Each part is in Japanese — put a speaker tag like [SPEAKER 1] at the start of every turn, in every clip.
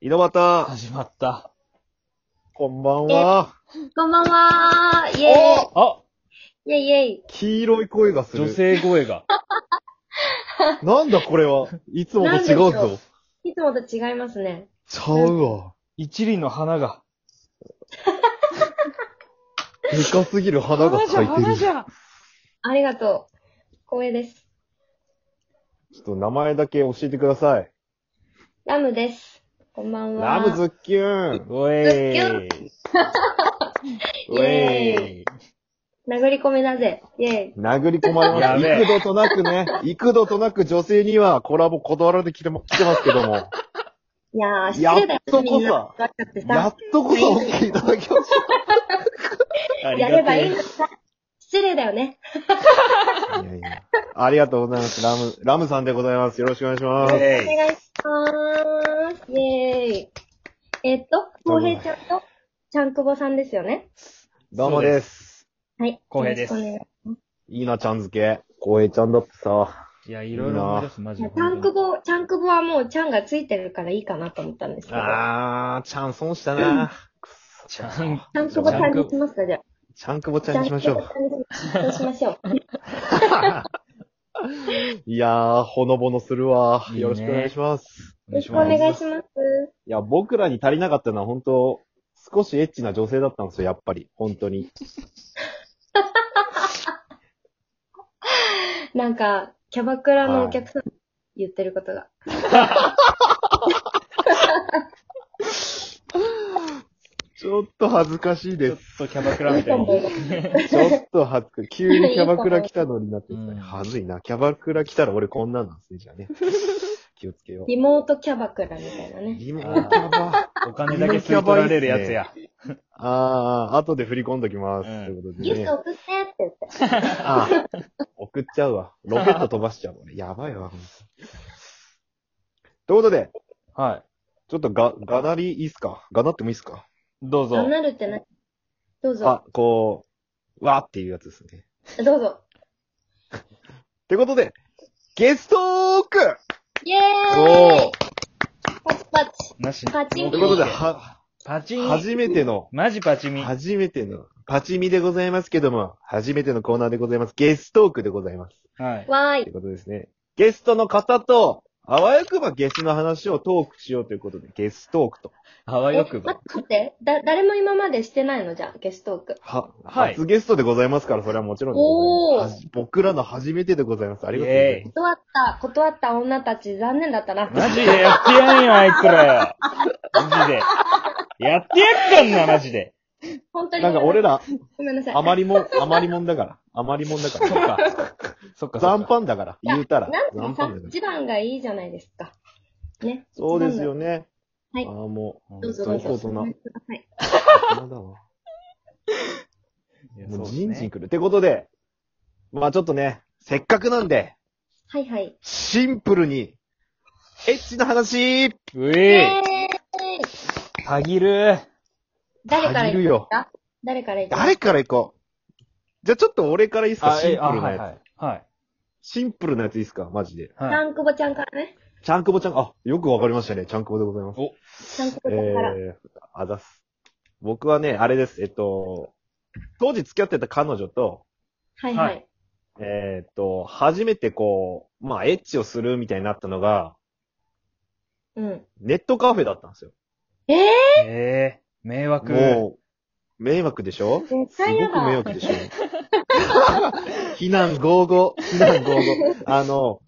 [SPEAKER 1] 井戸端、
[SPEAKER 2] 始まった。
[SPEAKER 1] こんばんは。
[SPEAKER 3] こんばんはーイェ
[SPEAKER 1] お
[SPEAKER 2] あ
[SPEAKER 3] イイェイイェイ
[SPEAKER 1] 黄色い声がする。
[SPEAKER 2] 女性声が。
[SPEAKER 1] なんだこれは。いつもと違う
[SPEAKER 3] なんでしょ
[SPEAKER 1] ぞ
[SPEAKER 3] う。いつもと違いますね。
[SPEAKER 1] ちゃうわ。
[SPEAKER 2] 一輪の花が。
[SPEAKER 1] でかすぎる花が咲いてる。ち
[SPEAKER 2] ゃ
[SPEAKER 3] ありがとう。光栄です。
[SPEAKER 1] ょっと名前だけ教えてください。
[SPEAKER 3] ラムです。こんばんは。
[SPEAKER 1] ラムズッキューン。
[SPEAKER 2] おえーい。
[SPEAKER 3] イエーイ
[SPEAKER 2] い。
[SPEAKER 3] 殴り込めだぜ。イェイ。
[SPEAKER 1] 殴り込まれま
[SPEAKER 2] や
[SPEAKER 1] し
[SPEAKER 2] べ
[SPEAKER 1] た。
[SPEAKER 2] え
[SPEAKER 1] 幾度となくね、幾度となく女性にはコラボ断られてきても来てますけども。
[SPEAKER 3] いやー、失礼だ
[SPEAKER 1] やっ
[SPEAKER 3] よ
[SPEAKER 1] とこそ
[SPEAKER 3] みんな分かっちゃって
[SPEAKER 1] や
[SPEAKER 3] さ
[SPEAKER 1] っ。とこそ OK いただきまし
[SPEAKER 2] あり
[SPEAKER 3] や
[SPEAKER 2] が
[SPEAKER 3] ればいい
[SPEAKER 2] て
[SPEAKER 3] のにさ。失礼だよね。
[SPEAKER 1] た。いやいや。ありがとうございます。ラム、ラムさんでございます。よろしくお願いしま
[SPEAKER 2] え
[SPEAKER 1] す。
[SPEAKER 2] イエ
[SPEAKER 3] お
[SPEAKER 2] ーイ。
[SPEAKER 3] 願いします。イェイ。えっと、浩平ちゃんと、ちゃんくぼさんですよね。
[SPEAKER 1] どうもです
[SPEAKER 3] はい。
[SPEAKER 2] 浩平です
[SPEAKER 3] よろしくお願い
[SPEAKER 1] いいな、ちゃん付け。光栄ちゃんだってさ。
[SPEAKER 2] いや、いろいろ思い出す、マジ
[SPEAKER 3] も
[SPEAKER 2] で
[SPEAKER 3] う。ちゃんくぼ、ちゃんくぼはもうちゃんがついてるからいいかなと思ったんですけど。
[SPEAKER 1] あー、ちゃん損したな。
[SPEAKER 2] ちゃん。
[SPEAKER 3] ちゃんくぼさんにしますか、じゃあ。
[SPEAKER 1] ちゃんくぼちゃんにしましょう。
[SPEAKER 3] そうしましょう。
[SPEAKER 1] いやー、ほのぼのするわ。
[SPEAKER 2] いいね
[SPEAKER 1] よろしくお願いします。
[SPEAKER 3] よろしくお願いします。
[SPEAKER 1] いや、僕らに足りなかったのは本当、少しエッチな女性だったんですよ、やっぱり。本当に。
[SPEAKER 3] なんか、キャバクラのお客さん言ってることが。
[SPEAKER 1] ちょっと恥ずかしい
[SPEAKER 2] ちょ
[SPEAKER 1] で
[SPEAKER 2] っ。とキャバクラみたいに。
[SPEAKER 1] ちょっと恥ずかしい。急にキャバクラ来たのになってきた
[SPEAKER 2] うん
[SPEAKER 1] ね。恥ずいな。キャバクラ来たら俺こんなんなんですね、じゃ あね。気をつけよう。
[SPEAKER 3] リモートキャバクラみたいなね。
[SPEAKER 1] リモートキャバ。
[SPEAKER 2] お金だけ吸い取られるやつや。
[SPEAKER 1] あー、後で振り込んどきます。
[SPEAKER 2] うん
[SPEAKER 1] ということ
[SPEAKER 3] ギ
[SPEAKER 1] で
[SPEAKER 3] フ
[SPEAKER 1] ね
[SPEAKER 3] ト。送ってって言って。
[SPEAKER 1] ああ送っちゃうわ。ロケット飛ばしちゃう俺。やばいわ。ほんとということで、
[SPEAKER 2] はい。
[SPEAKER 1] ちょっとが、がなりいいっすかがなってもいいっすか
[SPEAKER 2] どう
[SPEAKER 3] あ、
[SPEAKER 2] ぞ。
[SPEAKER 3] なるってな、どうぞ
[SPEAKER 1] あ。、こう、わーっていうやつですね。
[SPEAKER 3] どうぞ。
[SPEAKER 1] ってことで、ゲストーク
[SPEAKER 3] イェーイ
[SPEAKER 1] お
[SPEAKER 3] パチパチ。
[SPEAKER 2] なし。
[SPEAKER 3] パチン
[SPEAKER 1] ーということで、
[SPEAKER 3] いい
[SPEAKER 1] は、
[SPEAKER 2] パチン。
[SPEAKER 1] 初めての、
[SPEAKER 2] マジパチミ。
[SPEAKER 1] 初めての、パチミでございますけども、初めてのコーナーでございます。ゲストークでございます。
[SPEAKER 2] はい。
[SPEAKER 3] わー
[SPEAKER 1] とい
[SPEAKER 3] い。
[SPEAKER 1] うことですね。ゲストの方と、あわよくばゲスの話をトークしようということで、ゲストークと。
[SPEAKER 2] ハワ
[SPEAKER 3] え
[SPEAKER 2] イ
[SPEAKER 3] 待
[SPEAKER 2] 浴
[SPEAKER 3] っ
[SPEAKER 2] 場。
[SPEAKER 3] て待って。だ、誰も今までしてないのじゃん、ゲストーク。
[SPEAKER 1] は、
[SPEAKER 2] はい
[SPEAKER 1] 初ゲストでございますから、それはもちろんでございます。はじ僕らの初めてでございます。ありがとうございます。
[SPEAKER 3] 断った、断った女たち残念だったな。
[SPEAKER 2] マジでやってやんよ、あいつらよ。マジで。やってやっかんな、マジで。
[SPEAKER 3] 本当に。
[SPEAKER 1] なんか俺。ら、
[SPEAKER 3] ごめんなさい。
[SPEAKER 1] 余りもん、余りもんだから。余りもんだか
[SPEAKER 2] そっ
[SPEAKER 1] ら。
[SPEAKER 2] か。そっか。
[SPEAKER 1] 残。飯だから、言うたら。
[SPEAKER 3] なん
[SPEAKER 1] 残
[SPEAKER 3] かさ
[SPEAKER 1] 飯だか、ら。
[SPEAKER 3] 一番がいいじゃないですか。ね。
[SPEAKER 1] そうですよ
[SPEAKER 3] ね。
[SPEAKER 1] ね。
[SPEAKER 3] はい
[SPEAKER 1] ああ、もう、
[SPEAKER 3] どうぞどうぞ。
[SPEAKER 1] 大人
[SPEAKER 3] ごめんなさい
[SPEAKER 1] 大人だわ。もう、じんじん来る。ってことで、まあちょっとね、せっかくなんで、
[SPEAKER 3] はいはい。
[SPEAKER 1] シンプルに、エッチな話
[SPEAKER 3] イエ
[SPEAKER 2] うえ
[SPEAKER 3] ーイ
[SPEAKER 2] いたぎる。
[SPEAKER 3] 誰から
[SPEAKER 1] 足りる
[SPEAKER 3] 行
[SPEAKER 1] よ
[SPEAKER 3] くか誰から行く
[SPEAKER 1] 誰から行こうじゃあちょっと俺からいいっすかシンプルなやつ。
[SPEAKER 2] はい。はい。
[SPEAKER 1] シンプルなやついいっすかマジで。
[SPEAKER 3] ちゃ
[SPEAKER 2] はい。
[SPEAKER 3] んくぼちゃんからね。
[SPEAKER 1] ちゃんこぼちゃん、あ、よくわかりましたね。ちゃんこぼでございます。
[SPEAKER 3] ちゃんくぼちゃんから。
[SPEAKER 1] えー、あざっす。僕はね、あれです。えっと、当時付き合ってた彼女と、
[SPEAKER 3] はい
[SPEAKER 2] は
[SPEAKER 3] はい。
[SPEAKER 1] えーっと、初めてこう、まあ、エッチをするみたいになったのが、
[SPEAKER 3] うん。
[SPEAKER 1] ネットカフェだったんですよ。
[SPEAKER 3] ええ
[SPEAKER 2] ええ迷惑。
[SPEAKER 1] もう、迷惑でしょす
[SPEAKER 3] 絶対や
[SPEAKER 1] ご
[SPEAKER 3] だ。
[SPEAKER 1] く迷惑でしょ 避難合々、避難合々。あの、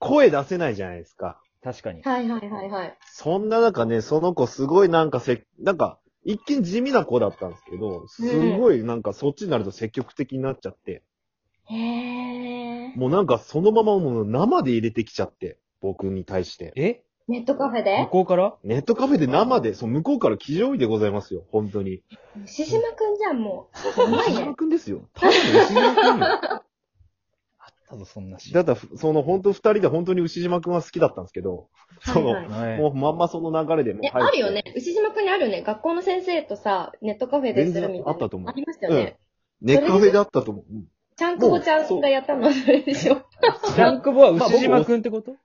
[SPEAKER 1] 声出せないじゃないですか。
[SPEAKER 2] 確かに。
[SPEAKER 3] はいはいはいはい。
[SPEAKER 1] そんな中ね、その子すごいなんかせ、なんか、一見地味な子だったんですけど、すごいなんかそっちになると積極的になっちゃって、
[SPEAKER 3] へえ。
[SPEAKER 1] もうなんかそのままもう生で入れてきちゃって、僕に対して。
[SPEAKER 2] え
[SPEAKER 3] ネットカフェ
[SPEAKER 2] 向
[SPEAKER 3] で
[SPEAKER 2] こうから
[SPEAKER 1] ネットカフェで生で、そう、向こうから騎乗位でございますよ、本当に。
[SPEAKER 3] 牛島くんじゃん、もう。うまい
[SPEAKER 1] 石
[SPEAKER 3] ね
[SPEAKER 1] 島。くんですよ。ただの牛島くんよ。
[SPEAKER 2] あったぞ、そんなし。
[SPEAKER 1] だったら、その、本当二人で本当に牛島くんは好きだったんですけど、その、
[SPEAKER 3] はいはい
[SPEAKER 2] はい
[SPEAKER 1] もうまんまその流れでもう
[SPEAKER 3] え、あ
[SPEAKER 1] 入って
[SPEAKER 3] るよね。。牛島くんにあるよね。学校の先生とさ、ネットカフェでする
[SPEAKER 1] 全
[SPEAKER 3] みたいな。
[SPEAKER 1] 然あったと思う
[SPEAKER 3] ありましたよね。
[SPEAKER 1] ネットカフェであったと思う。うん
[SPEAKER 3] ちゃんくぼちゃんがやったのはそれでしょ。
[SPEAKER 2] ジャンクボは牛島くんってこと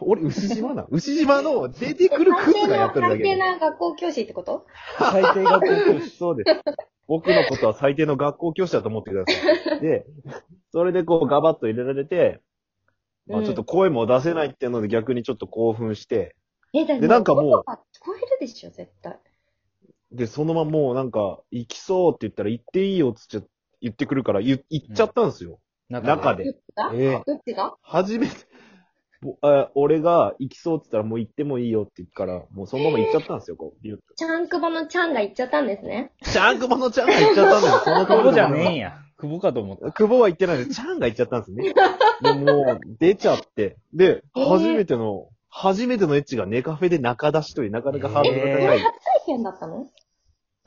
[SPEAKER 1] 俺、牛島 な。牛島の出てくるクズがやってるだ
[SPEAKER 3] 最
[SPEAKER 1] け
[SPEAKER 3] 低
[SPEAKER 1] で。
[SPEAKER 3] な学校教師ってこと
[SPEAKER 2] 最低学校教師。
[SPEAKER 1] そうです。僕のことは最低の学校教師だと思ってください。で、それでこうガバッと入れられて、まあちょっと声も出せないっていうので逆にちょっと興奮して、
[SPEAKER 3] え、だ
[SPEAKER 1] でなんかもう
[SPEAKER 3] 音が聞こえるでしょ、絶対。
[SPEAKER 1] で、そのままもうなんか、行きそうって言ったら行っていいよっつっちゃ言ってくるから、言行っちゃったんですよ。中
[SPEAKER 2] で。
[SPEAKER 1] で
[SPEAKER 3] どっちが
[SPEAKER 1] ええ
[SPEAKER 3] どっちが
[SPEAKER 1] 初めて、ぼあ俺が行きそうって言ったらもう行ってもいいよって言ったから、もうそのまま行っちゃったんですよ、こう。ビュッと
[SPEAKER 3] ちゃんくぼのちゃんが行っちゃったんですね。
[SPEAKER 1] ちゃん くぼのちゃんが行っちゃったんですよ、その
[SPEAKER 2] 久保じゃ
[SPEAKER 1] ね
[SPEAKER 2] ねえんや。久保かと思った。
[SPEAKER 1] 久保は行ってないんで、ちゃんが行っちゃったんですね。でもう、出ちゃって。で、
[SPEAKER 3] えー
[SPEAKER 1] 初めての、初めてのエッチがネカフェで中出しという、なかなかハードルが高。
[SPEAKER 2] はい
[SPEAKER 3] 初体験だったの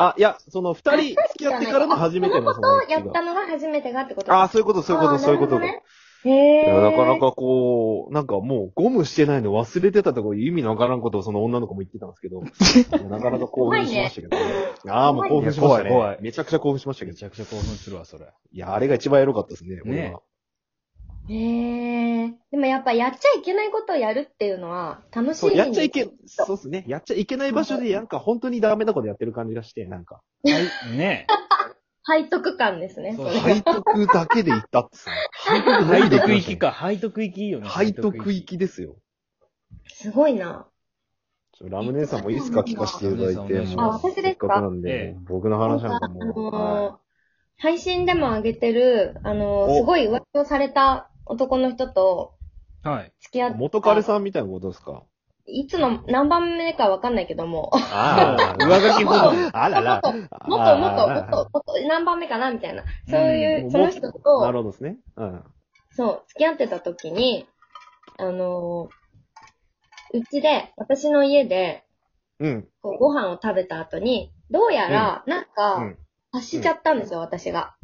[SPEAKER 1] あ、いや、その二人付き合ってからの初めてのその
[SPEAKER 3] を
[SPEAKER 1] エ
[SPEAKER 3] や
[SPEAKER 1] ッチ
[SPEAKER 3] ったのが初めてがってこと
[SPEAKER 1] が。あ、そういうこと、そういうこ
[SPEAKER 3] あ
[SPEAKER 1] と、
[SPEAKER 3] ー
[SPEAKER 1] そういうこと。
[SPEAKER 3] なるほへ
[SPEAKER 1] い
[SPEAKER 3] え。
[SPEAKER 1] やなかな。かこう、なんかもうゴムしてないの忘れてたとかいう意味のわからんことをその女の子も言ってたんですけ ど、いやなかなか興奮しましたけどね。ああ、もう興奮しましたね。
[SPEAKER 2] 怖い怖い
[SPEAKER 1] めちゃくちゃ興奮しましたけ
[SPEAKER 2] め
[SPEAKER 1] ど。
[SPEAKER 2] ちゃくちゃ興奮するわ、それ。
[SPEAKER 1] いや、あれが一番エロかったですね、
[SPEAKER 2] ね
[SPEAKER 1] 俺は。
[SPEAKER 3] へえ。でもやっぱやっちゃいけないことをやるっていうのは楽しい
[SPEAKER 1] そう、
[SPEAKER 3] に。
[SPEAKER 1] やっちゃいけ、そうですね。やっちゃいけない場所で、なんか本当にダメなことやってる感じがして、なんか、
[SPEAKER 2] はい、ね
[SPEAKER 3] 背徳感ですね。
[SPEAKER 2] そ
[SPEAKER 3] そうれ
[SPEAKER 1] 背徳だけで行ったっつう
[SPEAKER 2] え。
[SPEAKER 1] 背徳
[SPEAKER 2] 背徳行きか。背徳行きいいよね。
[SPEAKER 1] の。背徳行きですよ。
[SPEAKER 3] すごいな。
[SPEAKER 1] ちょラム姉さんもいいですか聞かせていただいて。
[SPEAKER 2] あ
[SPEAKER 1] もう
[SPEAKER 3] 私ですか
[SPEAKER 1] せっかくなんで、
[SPEAKER 2] ええ
[SPEAKER 1] 僕の話なんかも
[SPEAKER 3] なんか
[SPEAKER 1] う。
[SPEAKER 3] あのー
[SPEAKER 1] は
[SPEAKER 3] 配信でも上げてる、あのー
[SPEAKER 1] お
[SPEAKER 3] すごい浮気をされた男の人と
[SPEAKER 2] はい。
[SPEAKER 3] 付き合
[SPEAKER 1] い
[SPEAKER 3] って、
[SPEAKER 1] 元彼さんみたいなことですか
[SPEAKER 3] いつの何番目かわかんないけども、
[SPEAKER 1] あ
[SPEAKER 2] もう上書きほど。
[SPEAKER 1] あらら。
[SPEAKER 3] もっともっともっともっと何番目かなみたいな、そういう、
[SPEAKER 1] うん
[SPEAKER 3] その人
[SPEAKER 1] あらな
[SPEAKER 3] と、
[SPEAKER 1] るほどですね。うん。
[SPEAKER 3] そう、付き合ってた時に、あのーうちで、私の家で、
[SPEAKER 1] うん。
[SPEAKER 3] こうご飯を食べた後に、どうやら、なん
[SPEAKER 1] う
[SPEAKER 3] か、
[SPEAKER 1] ん。
[SPEAKER 3] 察しちゃったんですよ、私が。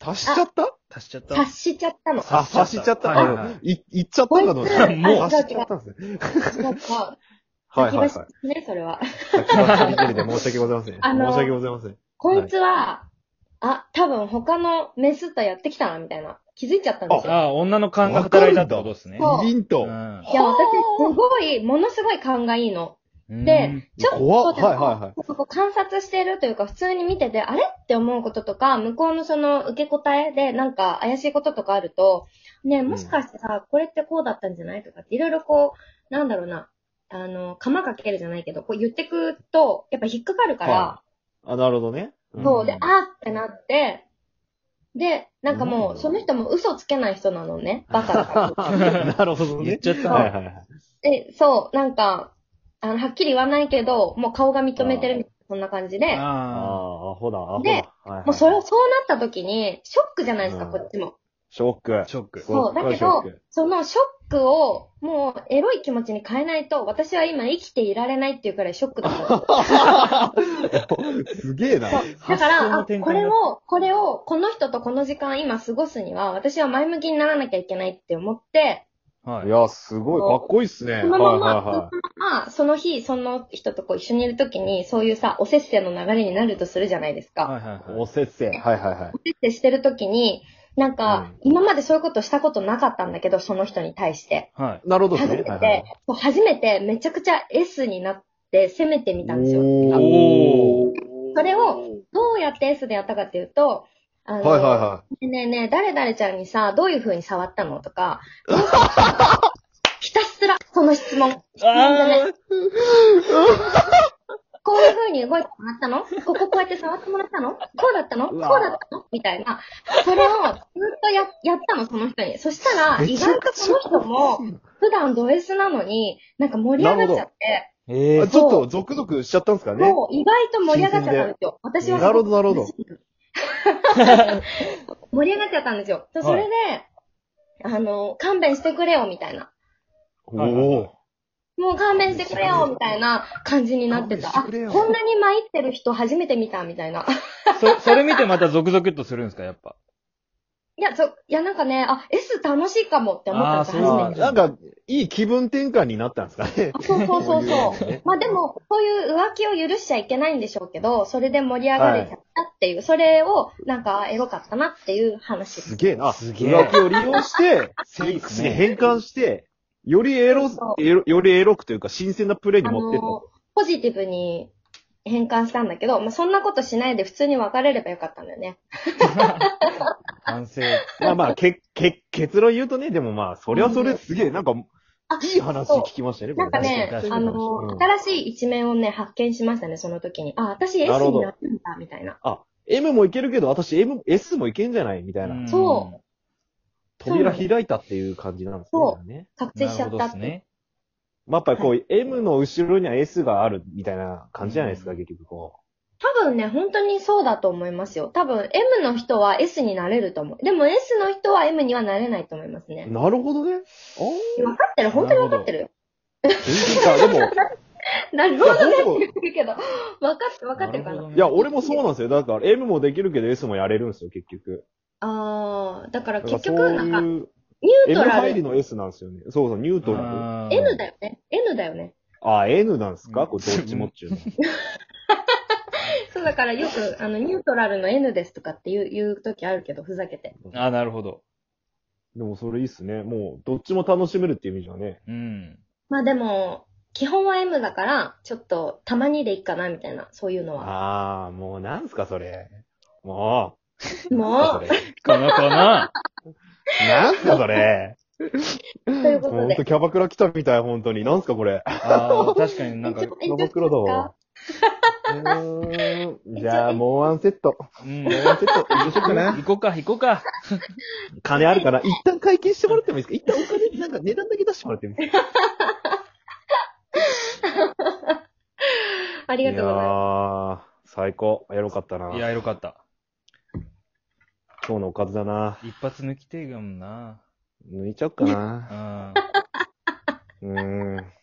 [SPEAKER 1] 足しちゃった
[SPEAKER 2] 足しちゃった。
[SPEAKER 3] 察しちゃったの。
[SPEAKER 1] あ、足しちゃった。
[SPEAKER 2] はいはい
[SPEAKER 1] あい行っちゃったかと思った。
[SPEAKER 2] もう
[SPEAKER 1] 足しちゃったんですね。
[SPEAKER 3] なんか、
[SPEAKER 1] はいはい
[SPEAKER 3] 先
[SPEAKER 1] はい。
[SPEAKER 3] 走りね、それは。
[SPEAKER 1] 先走りきれて 申し訳ございません。
[SPEAKER 3] あのー
[SPEAKER 1] 申し訳ございません。
[SPEAKER 3] こいつは、あ、多分他のメスとやってきたな、みたいな。気づいちゃったんですよ。
[SPEAKER 2] ああ、女の勘が働いたってことですね。
[SPEAKER 3] そう
[SPEAKER 1] ビビンと。
[SPEAKER 2] うん
[SPEAKER 3] いや、私、すごい、ものすごい勘がいいの。で、ちょっ
[SPEAKER 1] 怖
[SPEAKER 3] と
[SPEAKER 1] っ
[SPEAKER 3] でも、
[SPEAKER 1] はいはいはい
[SPEAKER 3] こう観察してるというか、普通に見てて、あれって思うこととか、向こうのその受け答えでなんか怪しいこととかあると、ねえ、もしかしてさ、これってこうだったんじゃないとかって、いろいろこう、なんだろうな、あの、釜かけるじゃないけど、こう言ってくと、やっぱ引っかかるから、
[SPEAKER 1] はあ、なるほどね。うん
[SPEAKER 3] そう。で、
[SPEAKER 2] う
[SPEAKER 3] あ
[SPEAKER 2] ん
[SPEAKER 3] ーってなって、で、なんかも
[SPEAKER 1] うん
[SPEAKER 3] う、その人も嘘つけない人なのね。バカ だから。
[SPEAKER 1] なるほど
[SPEAKER 2] 言っ
[SPEAKER 1] ね。
[SPEAKER 2] ちゃった
[SPEAKER 1] はい
[SPEAKER 2] な。
[SPEAKER 1] はいはい。
[SPEAKER 3] で、そう、なんか、あの、はっきり言わないけど、もう顔が認めてるみたいな、そんな感じ で、
[SPEAKER 1] あ
[SPEAKER 2] ああ。
[SPEAKER 1] あ、アホだ、アホだ。
[SPEAKER 3] で
[SPEAKER 1] はいはい
[SPEAKER 3] もうそれ、そうなった時に、ショックじゃないですか、
[SPEAKER 1] うん
[SPEAKER 3] こっちも。
[SPEAKER 1] ショック。
[SPEAKER 2] ショック。
[SPEAKER 3] そう。だけ
[SPEAKER 1] ショッ
[SPEAKER 3] ど
[SPEAKER 1] ク、
[SPEAKER 3] そのショックを、もう、エロい気持ちに変えないと、私は今生きていられないっていうくらいショック だったんですよ。
[SPEAKER 1] すげえな。
[SPEAKER 3] だか
[SPEAKER 2] 発想
[SPEAKER 3] ら、
[SPEAKER 2] の
[SPEAKER 3] あ
[SPEAKER 2] 転換
[SPEAKER 3] これを、これを、この人とこの時間今過ごすには、私は前向きにならなきゃいけないって思って、
[SPEAKER 2] はい
[SPEAKER 1] い。や、すごい、かっこいいっすね。
[SPEAKER 3] そのまま、
[SPEAKER 1] はいはいはい。
[SPEAKER 3] そのまま、その日、その人とこう一緒にいるときに、そういうさ、おせっせの流れになるとするじゃないですか。
[SPEAKER 2] はいはいはい
[SPEAKER 1] おせっせ。はいはいはい
[SPEAKER 3] お。せっせしてるときに、なんか、今までそういうことしたことなかったんだけど、その人に対して。
[SPEAKER 2] はい。
[SPEAKER 1] なるほどです
[SPEAKER 3] 初
[SPEAKER 1] ね
[SPEAKER 3] め。て、
[SPEAKER 1] はいはい
[SPEAKER 3] もう初めてめちゃくちゃ S になって攻めてみたんですよ。
[SPEAKER 1] おー
[SPEAKER 3] それを、どうやって S でやったかっていうと、あの、
[SPEAKER 1] はいはいは
[SPEAKER 3] ねえねえねえ、誰々ちゃんにさ、どういう風に触ったのと か、ひたすら、その質問。
[SPEAKER 2] あ
[SPEAKER 3] こういう風に動いてもらったのこここうやって触ってもらったのこうだったのこ
[SPEAKER 1] う
[SPEAKER 3] う
[SPEAKER 1] わ
[SPEAKER 3] だったのみたいな。それをずっとや、やったの、その人に。そしたら、
[SPEAKER 1] め
[SPEAKER 3] 意
[SPEAKER 1] ちゃ
[SPEAKER 3] 外
[SPEAKER 1] く
[SPEAKER 3] と
[SPEAKER 1] ち
[SPEAKER 3] そ
[SPEAKER 1] ゃ
[SPEAKER 3] の人も、普段ド S なのに、なんか盛り上がっちゃって、
[SPEAKER 2] ーえ
[SPEAKER 1] い。あ
[SPEAKER 2] ー
[SPEAKER 1] ちょっと、ゾクゾクしちゃったんですかね。
[SPEAKER 3] もう意外と盛り上がっちゃったんですよ。私は。
[SPEAKER 1] なるほど、なるほど。
[SPEAKER 3] 盛り上がっちゃったんですよ。
[SPEAKER 2] い
[SPEAKER 3] それで、あの、勘弁してくれよ、みたいな。
[SPEAKER 1] お
[SPEAKER 2] はいはいはい
[SPEAKER 1] ー。
[SPEAKER 3] もう勘弁してくれよ、みたいな感じになってた。あ、
[SPEAKER 1] 勘
[SPEAKER 3] こ
[SPEAKER 1] 弁してくれよ
[SPEAKER 3] んなに参ってる人初めて見た、みたいな。
[SPEAKER 2] そ、それ見てまたゾクゾクっとするんですか、やっ ぱ。
[SPEAKER 3] いや、そ、いや、なんかね、あ、S 楽しいかもって思ったんです、
[SPEAKER 2] あーそう
[SPEAKER 3] 初
[SPEAKER 2] な
[SPEAKER 3] め
[SPEAKER 2] ん
[SPEAKER 3] て。
[SPEAKER 2] だ
[SPEAKER 1] なんか、いい気分転換になったんですかね。
[SPEAKER 3] そうそうそ
[SPEAKER 1] こ
[SPEAKER 3] うそう
[SPEAKER 1] いうね
[SPEAKER 3] う。まあでも、そういう浮気を許しちゃいけないんでしょうけど、それで盛り上がれちゃったっていう、それを、なんか、エロかったなっていう話ですす。
[SPEAKER 1] げえな。
[SPEAKER 2] すげえ
[SPEAKER 1] 浮気を利用して、セ
[SPEAKER 2] いい
[SPEAKER 1] ッ
[SPEAKER 2] っ
[SPEAKER 1] ク
[SPEAKER 2] す
[SPEAKER 1] スに
[SPEAKER 2] ね
[SPEAKER 1] 変換して、よりエロ
[SPEAKER 3] そ、う
[SPEAKER 1] エロよりエロくというか、新鮮なプレイに
[SPEAKER 3] あ
[SPEAKER 1] 持ってった。
[SPEAKER 3] の、ポジティブに変換したんだけど、まあ、そんなことしないで普通に別れればよかったんだよね。
[SPEAKER 2] 反省。
[SPEAKER 1] まあまあ、け、け、結論言うとね、でもまあ、そりゃそれすげえ、なんか、いい話聞きましたね、
[SPEAKER 3] なんかね
[SPEAKER 1] これ、
[SPEAKER 3] あの、
[SPEAKER 1] うん
[SPEAKER 3] 新しい一面をね、発見しましたね、その時に。あ、私 S
[SPEAKER 1] なるほど
[SPEAKER 3] になったんだ、みたいな。
[SPEAKER 1] M もいけるけど、私 M、S もいけんじゃないみたいな。
[SPEAKER 2] ん
[SPEAKER 3] そ
[SPEAKER 1] 扉開いたっていう感じなんですね。
[SPEAKER 3] そう
[SPEAKER 1] だからね
[SPEAKER 3] 覚醒
[SPEAKER 2] な
[SPEAKER 3] しち
[SPEAKER 2] る
[SPEAKER 3] ゃ
[SPEAKER 2] ほ
[SPEAKER 3] っ
[SPEAKER 2] ど
[SPEAKER 3] た
[SPEAKER 2] で
[SPEAKER 3] っ
[SPEAKER 2] す
[SPEAKER 3] て。
[SPEAKER 2] ね。
[SPEAKER 1] まあやっぱりこう、M の後ろには S があるみたいな感じじゃないですか、
[SPEAKER 2] うん
[SPEAKER 1] 結局こ
[SPEAKER 3] 多分ね、本当にそうだと思いますよ。多分 M の人は S になれると思う。でも S の人は M にはなれないと思います
[SPEAKER 1] う。
[SPEAKER 3] ね。
[SPEAKER 1] なるほどね。あ
[SPEAKER 3] 分かってる、本当に分かってるよ。
[SPEAKER 1] あ、 全然か。でも、
[SPEAKER 3] なるほどねって言うけど、分かって、分かってるかな。
[SPEAKER 1] いや、俺もそうなんですよ。だから M もできるけど S もやれるんですよ、結局。
[SPEAKER 3] あー、だから
[SPEAKER 1] だ
[SPEAKER 3] 結
[SPEAKER 1] か
[SPEAKER 3] 局、
[SPEAKER 1] ら
[SPEAKER 3] なんか、
[SPEAKER 1] そう
[SPEAKER 3] ニ
[SPEAKER 1] いう、
[SPEAKER 3] ュー
[SPEAKER 1] M
[SPEAKER 3] トラ
[SPEAKER 1] 入り
[SPEAKER 3] ル、
[SPEAKER 1] の S なんですよね。そうそう、ニュートラル。
[SPEAKER 3] N だ
[SPEAKER 2] よ。
[SPEAKER 3] よね。N だよね。
[SPEAKER 1] ああ、N なんです
[SPEAKER 2] う
[SPEAKER 1] か
[SPEAKER 2] ん
[SPEAKER 1] これどっちもっち ゅうの。
[SPEAKER 3] そうだからよく、あの、ニュートラルの N ですとかっていう、言う時あるけど、ふざけて。
[SPEAKER 2] あ、なるほど。
[SPEAKER 1] でもそれいいっすね。もう、どっちも楽しめるっていう意味じゃね。
[SPEAKER 2] うん。
[SPEAKER 3] まあでも、基本は M だから、ちょっと、たまにでいいかな、みたいな、そういうのは。
[SPEAKER 1] ああ、もうなんすかそれ。もう、
[SPEAKER 3] も
[SPEAKER 1] それ
[SPEAKER 2] かなかな。
[SPEAKER 1] なんすかそ れ。
[SPEAKER 3] う、というこ
[SPEAKER 1] ほ
[SPEAKER 3] と
[SPEAKER 1] ん
[SPEAKER 3] で
[SPEAKER 1] と。キャバクラ来たみたい、ほんとに。なんすかこれ。
[SPEAKER 2] ああ、確かになんか、
[SPEAKER 3] ちょっ
[SPEAKER 2] う
[SPEAKER 3] と
[SPEAKER 1] キ
[SPEAKER 3] 延
[SPEAKER 1] ャ
[SPEAKER 3] 長
[SPEAKER 1] バ
[SPEAKER 3] し
[SPEAKER 1] クラだ
[SPEAKER 3] ますか
[SPEAKER 1] わ。う ーん。じゃあ、もうワンセット。も
[SPEAKER 2] ん
[SPEAKER 1] う。ワンセット。どうしようかな。
[SPEAKER 2] 行こうか、行こうか。
[SPEAKER 1] 金あるから、一旦会計してもらってもいいですか一旦お金、なんか値段だけ出してもらってもいいですか
[SPEAKER 3] ありがとうございます。
[SPEAKER 1] やー、最高。エロかったな。
[SPEAKER 2] いや、よかった。
[SPEAKER 1] 今日のおかずだな。
[SPEAKER 2] 一発抜きてえがもんな。
[SPEAKER 1] 抜いちゃおうかな。
[SPEAKER 2] うん。
[SPEAKER 1] うーん。